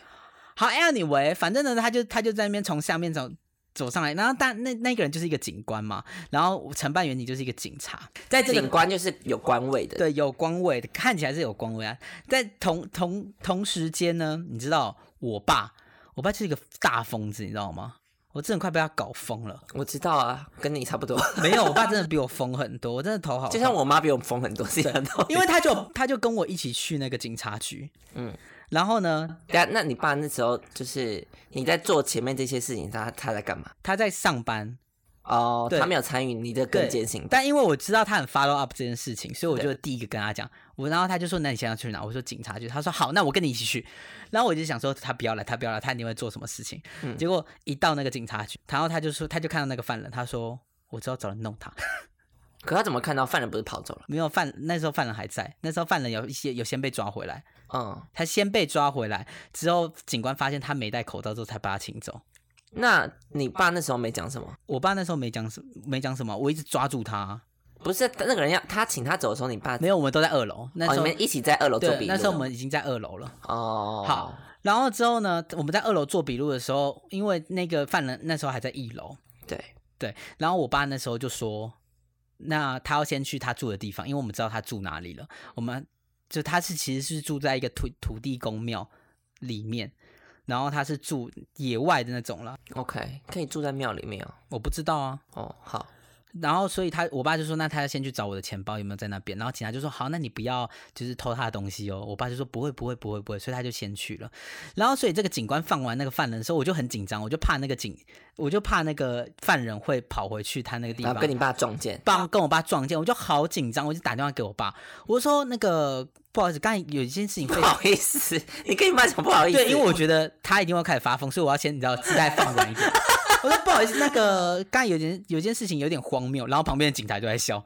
Speaker 2: 好，anyway，反正呢，他就他就在那边从下面走走上来，然后但那那个人就是一个警官嘛，然后承办员你就是一个警察，在这个
Speaker 1: 警官就是有官位的，
Speaker 2: 对，有官位的，看起来是有官位啊。但同同同时间呢，你知道我爸，我爸就是一个大疯子，你知道吗？我真的快被他搞疯了。
Speaker 1: 我知道啊，跟你差不 多。
Speaker 2: 没有，我爸真的比我疯很多，我真的头好
Speaker 1: 就
Speaker 2: 痛。
Speaker 1: 像我妈比我们疯很多是一样 的道理。
Speaker 2: 因为他就他就跟我一起去那个警察局，
Speaker 1: 嗯
Speaker 2: 嗯，然后呢，
Speaker 1: 对啊，那你爸那时候就是你在做前面这些事情，他他在干嘛？
Speaker 2: 他在上班，
Speaker 1: 哦，
Speaker 2: 对
Speaker 1: 他没有参与你的
Speaker 2: 对
Speaker 1: 跟监行动。
Speaker 2: 但因为我知道他很 follow up 这件事情，所以我就第一个跟他讲，我然后他就说那你现在要去哪？我说警察局，他说好，那我跟你一起去。然后我就想说他不要来，他不要来，他一定会做什么事情。
Speaker 1: 嗯
Speaker 2: 结果一到那个警察局，然后他就说他就看到那个犯人，他说我知道找人弄他，
Speaker 1: 可他怎么看到犯人不是跑走了？
Speaker 2: 没有犯那时候犯人还在，那时候犯人有一些有先被抓回来，
Speaker 1: 嗯，
Speaker 2: 他先被抓回来之后，警官发现他没戴口罩之后才把他请走。
Speaker 1: 那你爸那时候没讲什么？
Speaker 2: 我爸那时候没讲什没讲什么，我一直抓住他，啊
Speaker 1: 不是那个人要他请他走的时候，你爸
Speaker 2: 没有，我们都在二楼。那
Speaker 1: 哦，
Speaker 2: 时
Speaker 1: 你
Speaker 2: 候、
Speaker 1: 们一起在二楼做笔录。
Speaker 2: 对，那时候我们已经在二楼了。
Speaker 1: 哦，
Speaker 2: 好，然后之后呢，我们在二楼做笔录的时候，因为那个犯人那时候还在一楼，
Speaker 1: 对，
Speaker 2: 对，然后我爸那时候就说，那他要先去他住的地方，因为我们知道他住哪里了，我们就他是其实是住在一个土土地公庙里面，然后他是住野外的那种了，
Speaker 1: OK，可以住在庙里面哦。
Speaker 2: 我不知道啊，
Speaker 1: 哦，好，
Speaker 2: 然后，所以他我爸就说，那他要先去找我的钱包有没有在那边。然后警察就说，好，那你不要就是偷他的东西哦。我爸就说不会，不会，不会，不会。所以他就先去了。然后，所以这个警官放完那个犯人的时候，我就很紧张，我就怕那个警，我就怕那个犯人会跑回去他那个地
Speaker 1: 然
Speaker 2: 方
Speaker 1: 后，跟你爸撞见，
Speaker 2: 帮跟我爸撞见，我就好紧张，我就打电话给我爸，我说那个不好意思，刚才有一件事 情
Speaker 1: 不
Speaker 2: 非
Speaker 1: 好意思，你跟你爸讲不好意思。
Speaker 2: 对，因为我觉得他一定会开始发疯，所以我要先你知道姿态放软 一点。我说不好意思，那个刚才有件有件事情有点荒谬，然后旁边的警察就在笑。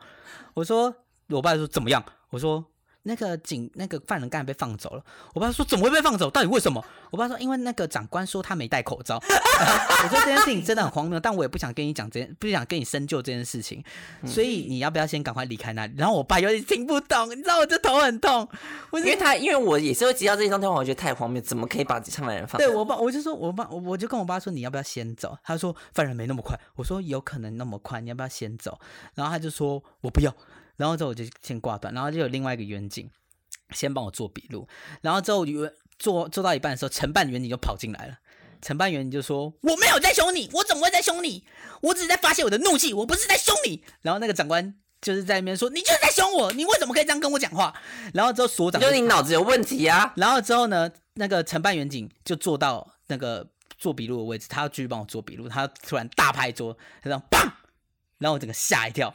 Speaker 2: 我说我爸说怎么样？我说那个警那个犯人刚才被放走了。我爸说怎么会被放走？到底为什么？我爸说因为那个长官说他没 戴口罩。我说这件事情真的很荒谬，但我也不想跟你讲这件，不想跟你深究这件事情，
Speaker 1: 嗯
Speaker 2: 所以你要不要先赶快离开那里？然后我爸有点听不懂，你知道我这头很痛，我
Speaker 1: 因
Speaker 2: 是
Speaker 1: 为他因为我也是会接到这一通电话，我觉得太荒谬，怎么可以把上班人放？
Speaker 2: 对我爸，我就说我爸，我我就跟我爸说你要不要先走？他说犯人没那么快。我说有可能那么快，你要不要先走？然后他就说我不要。然后之后我就先挂断，然后就有另外一个远景先帮我做笔录，然后之后原做做到一半的时候，承办远景就跑进来了。承办员就说：“我没有在凶你，我怎么会在凶你？我只是在发泄我的怒气，我不是在凶你。”然后那个长官就是在那边说：“你就是在凶我，你为什么可以这样跟我讲话？”然后之后所长
Speaker 1: 就是你脑子有问题啊！
Speaker 2: 然后之后呢，那个承办员警就坐到那个做笔录的位置，他要继续帮我做笔录，他突然大拍桌，他这样砰，然后我整个吓一跳。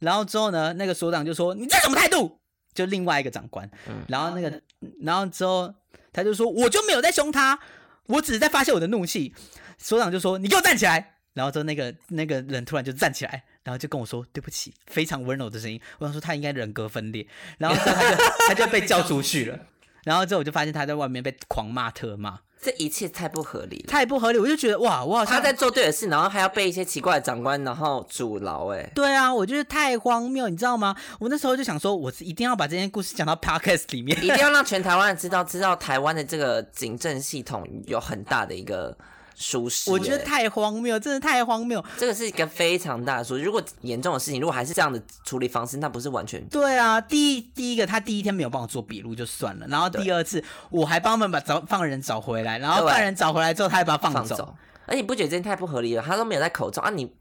Speaker 2: 然后之后呢，那个所长就说：“你这什么态度？”就另外一个长官，然后那个，然后之后他就说：“我就没有在凶他，我只是在发泄我的怒气。”所长就说：“你给我站起来。”然后之后那个那个人突然就站起来，然后就跟我说：“对不起。”非常温柔的声音，我想说他应该人格分裂。然后之后他就他就被 叫出去了。然后之后我就发现他在外面被狂骂特骂，
Speaker 1: 这一切太不合理了。
Speaker 2: 太不合理。我就觉得哇，我好像
Speaker 1: 他在做对的事，然后还要被一些奇怪的长官然后阻挠、欸，哎，
Speaker 2: 对啊，我觉得太荒谬，你知道吗？我那时候就想说，我是一定要把这件故事讲到 podcast 里面。
Speaker 1: 一定要让全台湾人知道，知道台湾的这个警政系统有很大的一个疏失、
Speaker 2: 我觉得
Speaker 1: 欸
Speaker 2: 太荒谬，真的太荒谬。
Speaker 1: 这个是一个非常大的疏失。如果严重的事情，如果还是这样的处理方式，那不是完全
Speaker 2: 对啊，第一第一个他第一天没有帮我做笔录就算了，然后第二次我还帮他们把找犯人找回来，然后
Speaker 1: 对
Speaker 2: 犯人找回来之后，他还把他
Speaker 1: 放
Speaker 2: 放走。
Speaker 1: 走？而且你不觉得这件太不合理了？他都没有戴口罩啊你！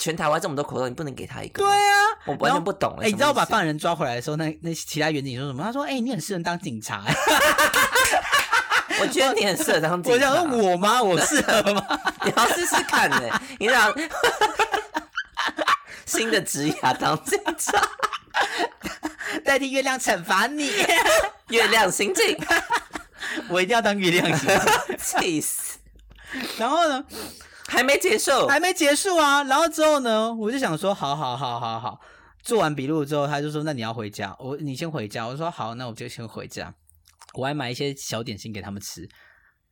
Speaker 1: 全台湾这么多口罩，你不能给他一个
Speaker 2: 对
Speaker 1: 吗？
Speaker 2: 啊，
Speaker 1: 我完全不懂欸
Speaker 2: 哎、你知
Speaker 1: 什
Speaker 2: 道
Speaker 1: 么
Speaker 2: 把
Speaker 1: 意思
Speaker 2: 犯人抓回来的时候，那那其他远警说什么？他说：“哎、你很适合当警察、欸。
Speaker 1: 我觉得你很适合当”警
Speaker 2: 我
Speaker 1: 察
Speaker 2: 想，说我吗？我适合吗？
Speaker 1: 你要试试看呢、你想 新的职业当警察，
Speaker 2: 代替月亮惩罚你，
Speaker 1: 月亮刑警，
Speaker 2: 我一定要当月亮警察。
Speaker 1: 气死！
Speaker 2: 然后呢，
Speaker 1: 还没结束，
Speaker 2: 还没结束啊。然后之后呢，我就想说，好好好好好。做完笔录之后，他就说：“那你要回家，我你先回家。”我说：“好，那我就先回家。”我还买一些小点心给他们吃，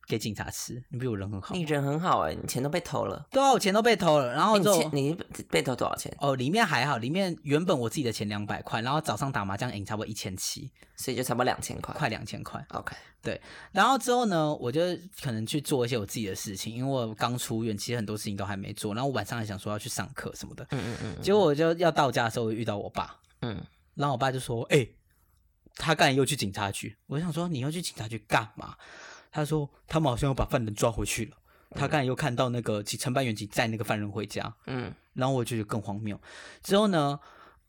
Speaker 2: 给警察吃。你比我人很好
Speaker 1: 你。人很好哎、你钱都被偷了。
Speaker 2: 对啊，我钱都被偷了。然后
Speaker 1: 你
Speaker 2: 之
Speaker 1: 钱
Speaker 2: 后
Speaker 1: 你被偷多少钱？
Speaker 2: 哦，里面还好，里面原本我自己的钱两百块，然后早上打麻将赢差不多一千七，
Speaker 1: 所以就差不多两千块。
Speaker 2: 快两千块。
Speaker 1: OK，
Speaker 2: 然后之后呢，我就可能去做一些我自己的事情，因为我刚出院，其实很多事情都还没做。然后我晚上还想说要去上课什么的，
Speaker 1: 嗯嗯嗯
Speaker 2: 结果我就要到家的时候，我遇到我爸，
Speaker 1: 嗯，
Speaker 2: 然后我爸就说：“哎、他刚才又去警察局。”我想说：“你又去警察局干嘛？”他说：“他们好像又把犯人抓回去了。”他刚才又看到那个警承办员警载那个犯人回家，
Speaker 1: 嗯
Speaker 2: 然后我就觉得更荒谬。之后呢，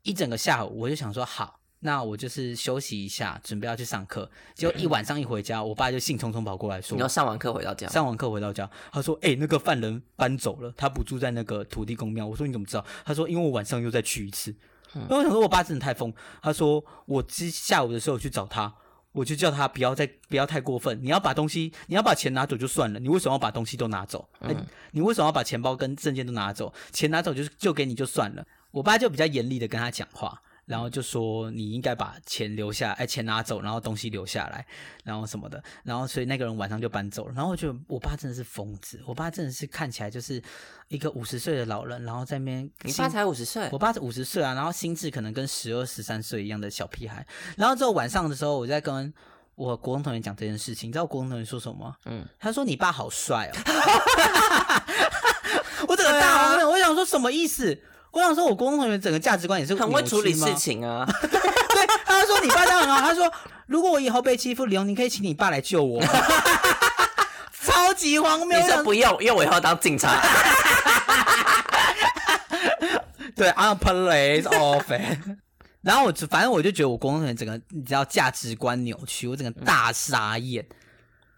Speaker 2: 一整个下午我就想说，好，那我就是休息一下，准备要去上课。结果一晚上一回家，我爸就兴冲冲跑过来说
Speaker 1: 嗯你要，上完课回到家，
Speaker 2: 上完课回到家，他说：“哎、那个犯人搬走了，他不住在那个土地公庙。”我说：“你怎么知道？”他说：“因为我晚上又再去一次。”然后我想说，我爸真的太疯。他说：“我之下午的时候去找他，我就叫他不要再不要太过分。你要把东西，你要把钱拿走就算了，你为什么要把东西都拿走？哎你为什么要把钱包跟证件都拿走？钱拿走就是就给你就算了。”我爸就比较严厉的跟他讲话，然后就说：“你应该把钱留下，哎，钱拿走，然后东西留下来。”然后什么的，然后所以那个人晚上就搬走了。然后我觉得我爸真的是疯子，我爸真的是看起来就是一个五十岁的老人，然后在那边
Speaker 1: 你
Speaker 2: 心
Speaker 1: 爸才五十岁
Speaker 2: 我，爸是五十岁啊，然后心智可能跟十二、十三岁一样的小屁孩。然后之后晚上的时候，我在跟我国中同学讲这件事情，你知道我国中同学说什么吗？
Speaker 1: 嗯，
Speaker 2: 他说你爸好帅哦。哦 我整个
Speaker 1: 啊
Speaker 2: 大黄脸，我想说什么意思？我想说，我国中同学整个价值观也是
Speaker 1: 很会处理
Speaker 2: 扭曲吗
Speaker 1: 事情 啊。
Speaker 2: 对，他说你爸这样很好，他说如果我以后被欺负，刘你可以请你爸来救我吗。 超级荒
Speaker 1: 你
Speaker 2: 谬，我
Speaker 1: 说
Speaker 2: 想
Speaker 1: 不用，因为我以后要当警察。
Speaker 2: 对，I'm police officer。然 后我就反正我就觉得我工作人员整个你知道价值观扭曲，我整个大傻眼。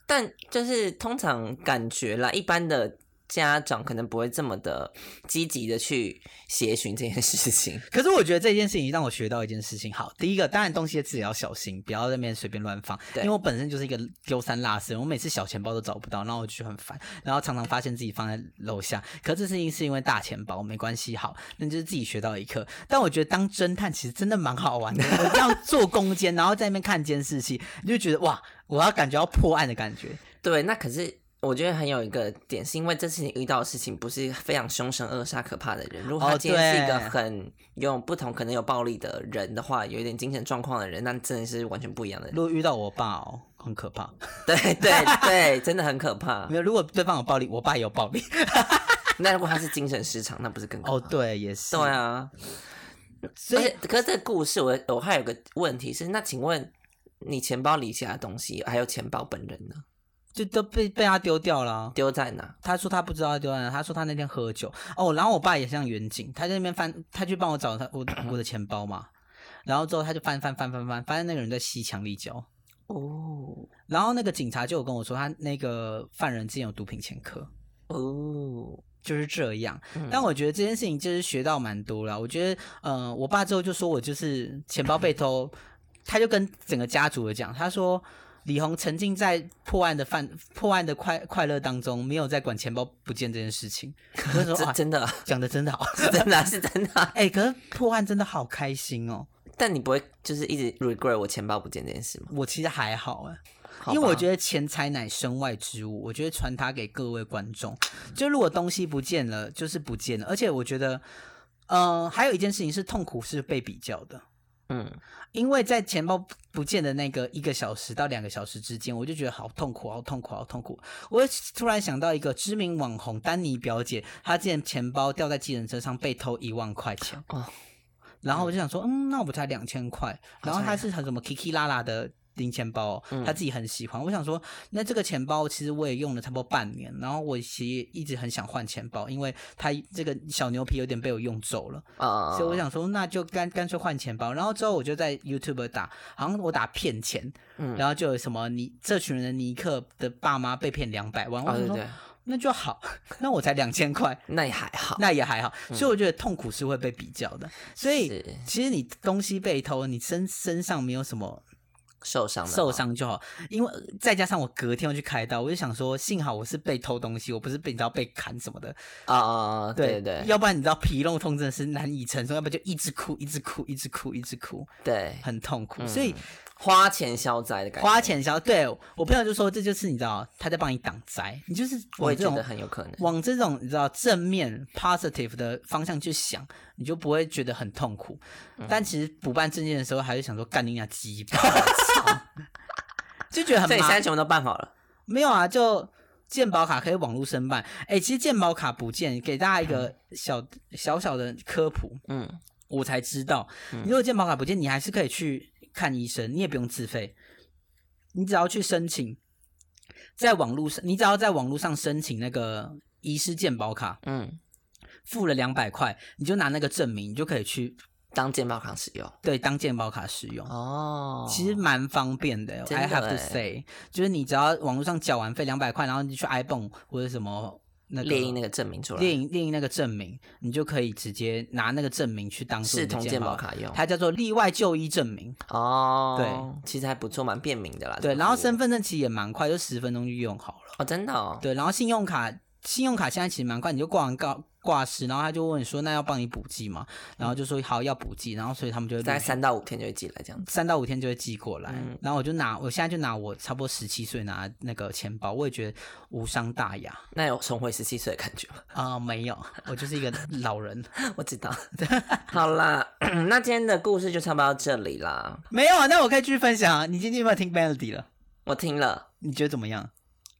Speaker 1: 但就是通常感觉啦，一般的家长可能不会这么的积极的去协寻这件事情。
Speaker 2: 可是我觉得这件事情让我学到一件事情。好，第一个当然东西自己要小心，不要在那边随便乱放。
Speaker 1: 对
Speaker 2: 因为我本身就是一个丢三落四的人，我每次小钱包都找不到，然后我就很烦，然后常常发现自己放在楼下。可这事情是因为大钱包没关系，好，那就是自己学到一课。但我觉得当侦探其实真的蛮好玩的，我这样做攻坚，然后在那边看监视器，你就觉得哇，我要感觉要破案的感觉。
Speaker 1: 对，那可是我觉得很有一个点，是因为这次你遇到的事情不是非常凶神恶煞、可怕的人。如果
Speaker 2: 哦
Speaker 1: 他今天是一个
Speaker 2: 对
Speaker 1: 很有不同、可能有暴力的人的话，有一点精神状况的人，那真的是完全不一样的人。
Speaker 2: 如果遇到我爸哦，很可怕。
Speaker 1: 对对对，真的很可怕
Speaker 2: 没。有，如果对方有暴力，我爸也有暴力。
Speaker 1: 那如果他是精神失常，那不是更可怕？
Speaker 2: 哦，对，也是。
Speaker 1: 对啊。
Speaker 2: 所
Speaker 1: 而且
Speaker 2: 以，
Speaker 1: 可是这个故事我，我还有个问题是，那请问你钱包里其他东西，还有钱包本人呢？
Speaker 2: 就都被被他丢掉了啊。
Speaker 1: 丢在哪？
Speaker 2: 他说他不知道他丢在哪，他说他那天喝酒哦，然后我爸也像远景，他在那边翻，他去帮我找他我我的钱包嘛，然后之后他就翻翻翻翻翻，发现那个人在吸强力胶，
Speaker 1: 哦
Speaker 2: 然后那个警察就有跟我说，他那个犯人之前有毒品前科，
Speaker 1: 哦，
Speaker 2: 就是这样。
Speaker 1: 嗯
Speaker 2: 但我觉得这件事情就是学到蛮多了。我觉得，呃，我爸之后就说我就是钱包被偷，他就跟整个家族的讲，他说李红沉浸在破案的犯破案的快快乐当中，没有在管钱包不见这件事情。我就说
Speaker 1: 这
Speaker 2: 啊，
Speaker 1: 真的
Speaker 2: 讲的真的好，
Speaker 1: 是真的啊是真的啊。
Speaker 2: 哎、可是破案真的好开心哦。
Speaker 1: 但你不会就是一直 regret 我钱包不见这件事吗？
Speaker 2: 我其实还好哎、
Speaker 1: 好
Speaker 2: 因为我
Speaker 1: 吧
Speaker 2: 觉得钱财乃身外之物，我觉得传达给各位观众，就如果东西不见了，就是不见了。而且我觉得，呃，还有一件事情是痛苦是被比较的，
Speaker 1: 嗯，
Speaker 2: 因为在钱包不见的那个一个小时到两个小时之间，我就觉得好痛苦，好痛苦，好痛苦。我突然想到一个知名网红丹尼表姐，她之前钱包掉在计程车上被偷一万块钱，
Speaker 1: 哦
Speaker 2: 然后我就想说，嗯，那我不才两千块，然后她是很 什么 Kiki 拉拉的。零钱包、哦，
Speaker 1: 嗯
Speaker 2: 她自己很喜欢。我想说，那这个钱包其实我也用了差不多半年，然后我其实一直很想换钱包，因为它这个小牛皮有点被我用走了。
Speaker 1: 啊，
Speaker 2: 所以我想说，那就干干脆换钱包。然后之后我就在 YouTube 打，好像我打骗钱，
Speaker 1: 嗯
Speaker 2: 然后就有什么尼这群人的尼克的爸妈被骗两百万，我
Speaker 1: 哦
Speaker 2: 想
Speaker 1: 对
Speaker 2: 说、
Speaker 1: 对，
Speaker 2: 那就好， 那我才两千块，
Speaker 1: 那也还好，
Speaker 2: 那也还好。所以我觉得痛苦是会被比较的，所以
Speaker 1: 嗯是。
Speaker 2: 其实你东西被偷，你身身上没有什么
Speaker 1: 受伤的
Speaker 2: 受
Speaker 1: 话，
Speaker 2: 伤就好，因为再加上我隔天要去开刀，我就想说，幸好我是被偷东西，我不是被你知道被砍什么的，
Speaker 1: 啊啊啊！对对
Speaker 2: 要不然你知道皮肉痛真的是难以承受，要不然就一直哭，一直哭，一直哭，一直哭。
Speaker 1: 对，
Speaker 2: 很痛苦，所以
Speaker 1: 花钱消灾嗯的感觉，
Speaker 2: 花钱消对我朋友就说这就是你知道他在帮你挡灾，你就是
Speaker 1: 我
Speaker 2: 往
Speaker 1: 也
Speaker 2: 这
Speaker 1: 觉
Speaker 2: 种
Speaker 1: 得很有可能。
Speaker 2: 往这种你知道正面 positive 的方向去想，你就不会觉得很痛苦。
Speaker 1: 嗯
Speaker 2: 但其实补办证件的时候，还是想说干你俩 鸡巴，操就觉得
Speaker 1: 所
Speaker 2: 很
Speaker 1: 以你现
Speaker 2: 麻
Speaker 1: 在全部都办好了，
Speaker 2: 没有啊，就健保卡可以网络申办。哎、其实健保卡不见，给大家一个小小小的科普，
Speaker 1: 嗯，
Speaker 2: 我才知道，你如果健保卡不见，你还是可以去看医生，你也不用自费，你只要去申请，在网络上，你只要在网络上申请那个医师健保卡，
Speaker 1: 嗯，
Speaker 2: 付了两百块，你就拿那个证明，你就可以去
Speaker 1: 当健保卡使用
Speaker 2: 对当健保卡使用。
Speaker 1: 哦。
Speaker 2: 其实蛮方便的
Speaker 1: 真
Speaker 2: ，I
Speaker 1: 的
Speaker 2: have
Speaker 1: 欸
Speaker 2: to say，就是你只要网络上缴完费两百块，然后你去 iPhone 或者什么那个
Speaker 1: 列印那个证明出来，
Speaker 2: 列印列印那个证明，你就可以直接拿那个证明去当做
Speaker 1: 视
Speaker 2: 你的
Speaker 1: 同
Speaker 2: 健
Speaker 1: 健
Speaker 2: 保
Speaker 1: 保
Speaker 2: 卡，
Speaker 1: 卡用
Speaker 2: 它叫做例外就医证明。
Speaker 1: 哦。对，其实还不错，蛮便民的啦。
Speaker 2: 对，
Speaker 1: 这个
Speaker 2: 然后
Speaker 1: 服务
Speaker 2: 身份证其实也蛮快，就十分钟就用好了。
Speaker 1: 哦，真的哦，
Speaker 2: 对，然后信用卡，信用卡现在其实蛮快，你就挂完告挂失，然后他就问你说那要帮你补寄吗？然后就说好要补寄，然后所以他们就会
Speaker 1: 大概
Speaker 2: 陆续
Speaker 1: 三到五天就会寄来这样子。
Speaker 2: 三到五天就会寄过来。
Speaker 1: 嗯
Speaker 2: 然后我就拿，我现在就拿我差不多十七岁拿那个钱包，我也觉得无伤大雅
Speaker 1: 那有重回十七岁的感觉吗？
Speaker 2: 啊、没有，我就 是一个老人，
Speaker 1: 我知道。 好啦， 那今天的故事就差不多到这里啦。
Speaker 2: 没有啊。那我可以继续分享啊。你今天有没有听 Melody 了？
Speaker 1: 我听了，
Speaker 2: 你觉得怎么样？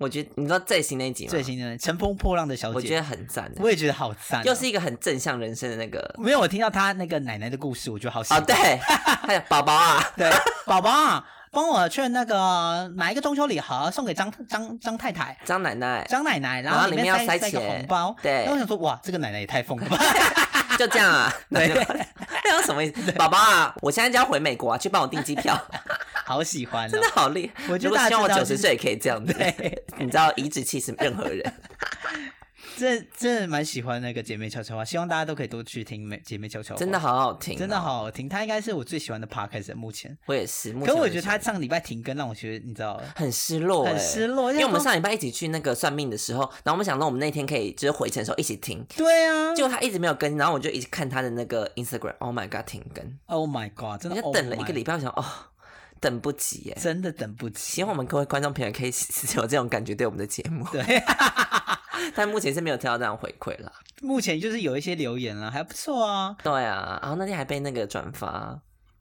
Speaker 1: 我觉得你知道最新那一集吗？
Speaker 2: 最，新的《乘风破浪的小
Speaker 1: 我觉
Speaker 2: 姐》，
Speaker 1: 得很赞的
Speaker 2: 我，也觉得好赞、啊
Speaker 1: 又是。一个很正向人生的那个
Speaker 2: 没有，我听到她那个奶奶的故事，我觉得好喜
Speaker 1: 哦，
Speaker 2: 欢。
Speaker 1: 对，还有宝宝啊，
Speaker 2: 对，宝宝啊，帮我去那个买一个中秋礼盒送给张张张太太、
Speaker 1: 张奶 奶，
Speaker 2: 张奶奶，然
Speaker 1: 然
Speaker 2: 后
Speaker 1: 后
Speaker 2: 里
Speaker 1: 里面要
Speaker 2: 塞
Speaker 1: 塞
Speaker 2: 一个
Speaker 1: 钱
Speaker 2: 红包。
Speaker 1: 对
Speaker 2: 然后我想说，哇，这个奶奶也太疯 了吧！
Speaker 1: 就这样啊，
Speaker 2: 对
Speaker 1: 那 就那有什么意 思？宝宝啊，我现在就要回美国啊，去帮我订机票，
Speaker 2: 好喜欢、哦，
Speaker 1: 真的 好厉害。
Speaker 2: 我觉
Speaker 1: 如
Speaker 2: 得
Speaker 1: 果希望我
Speaker 2: 大家
Speaker 1: 九
Speaker 2: 知道
Speaker 1: 十岁也可以这样子，你知道颐指气使任何人。
Speaker 2: 真真的蛮喜欢那个姐妹悄悄话，希望大家都可以多去听美姐妹悄悄话，
Speaker 1: 真的好好听、哦啊
Speaker 2: 真的，好好听，她应该是我最喜欢的 podcast 目前。
Speaker 1: 我也是。目
Speaker 2: 可
Speaker 1: 前
Speaker 2: 我
Speaker 1: 为
Speaker 2: 觉得
Speaker 1: 止
Speaker 2: 她上礼拜停更，让我觉得你知道，
Speaker 1: 很失落、
Speaker 2: 很
Speaker 1: 哎
Speaker 2: 失落
Speaker 1: 因为我们
Speaker 2: 因为
Speaker 1: 上礼拜一起去那个算命的时候，然后我们想到我们那天可以就是回程的时候一起听，
Speaker 2: 对啊
Speaker 1: 结果他一直没有更，然后我就一直看他的那个 Instagram，Oh my god，停更，
Speaker 2: ，Oh my god，真
Speaker 1: 我
Speaker 2: 的
Speaker 1: 就等了
Speaker 2: oh
Speaker 1: 一
Speaker 2: my
Speaker 1: 个礼拜，我想哦，等不及耶、
Speaker 2: 真的等不及
Speaker 1: 希。望我们各位观众朋友可以有这种感觉对我们的节 目，
Speaker 2: 对，
Speaker 1: 但目前是没有得到这样回馈啦。
Speaker 2: 目前就是有一些留言了，还不错啊。
Speaker 1: 对啊，然后那天还被那个转发，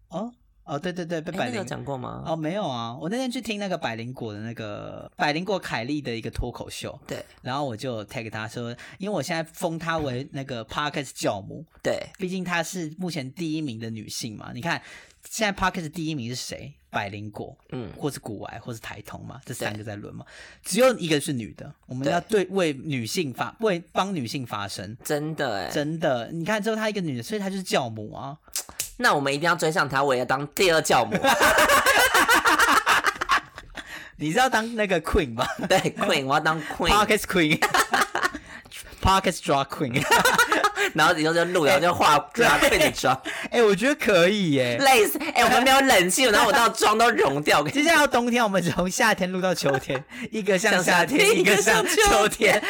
Speaker 2: 哦哦，对对对，被
Speaker 1: 哎
Speaker 2: 百
Speaker 1: 那个有
Speaker 2: 灵
Speaker 1: 讲过吗？
Speaker 2: 哦，没有啊，我那天去听那个百灵果的那个百灵果凯莉的一个脱口秀，
Speaker 1: 对
Speaker 2: 然后我就 tag 她说，因为我现在封她为那个 podcast 教母，
Speaker 1: 对，
Speaker 2: 毕竟她是目前第一名的女性嘛。你看，现在 p o c k e t 第一名是谁？百灵果，
Speaker 1: 嗯，
Speaker 2: 或是古癌，或是台通嘛，这
Speaker 1: 对
Speaker 2: 三个在轮嘛，只有一个是女的，我们
Speaker 1: 对
Speaker 2: 要对为女性发为帮女性发声，
Speaker 1: 真的哎、
Speaker 2: 真的，你看只有她一个女的，所以她就是教母啊，
Speaker 1: 那我们一定要追上他，我也要当第二教母，啊
Speaker 2: 你是要当那个 queen 吧
Speaker 1: 对，queen，我要当
Speaker 2: p
Speaker 1: queen，
Speaker 2: o c k e t queen。Pocket Draw Queen，
Speaker 1: 然后你就就路遥就 画抓 queen 的妆，
Speaker 2: 哎、我觉得可以耶。
Speaker 1: 累死，哎、我们没有冷气，然后我 到妆都融掉，我跟你
Speaker 2: 接下来到冬天，我们从夏天录到秋 天，一个像
Speaker 1: 像
Speaker 2: 夏
Speaker 1: 夏
Speaker 2: 天，
Speaker 1: 天
Speaker 2: 一
Speaker 1: 一
Speaker 2: 个
Speaker 1: 个
Speaker 2: 像
Speaker 1: 像
Speaker 2: 秋
Speaker 1: 秋
Speaker 2: 天。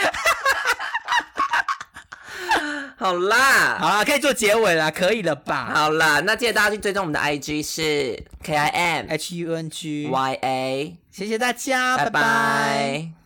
Speaker 1: 好啦，
Speaker 2: 好啦，可以做结尾啦，可以了吧
Speaker 1: 好啦，那记得大家去追踪我们的 IG 是 K I M
Speaker 2: ？H U N G，
Speaker 1: Y A，
Speaker 2: 谢谢大家，
Speaker 1: 拜
Speaker 2: 拜拜
Speaker 1: 拜。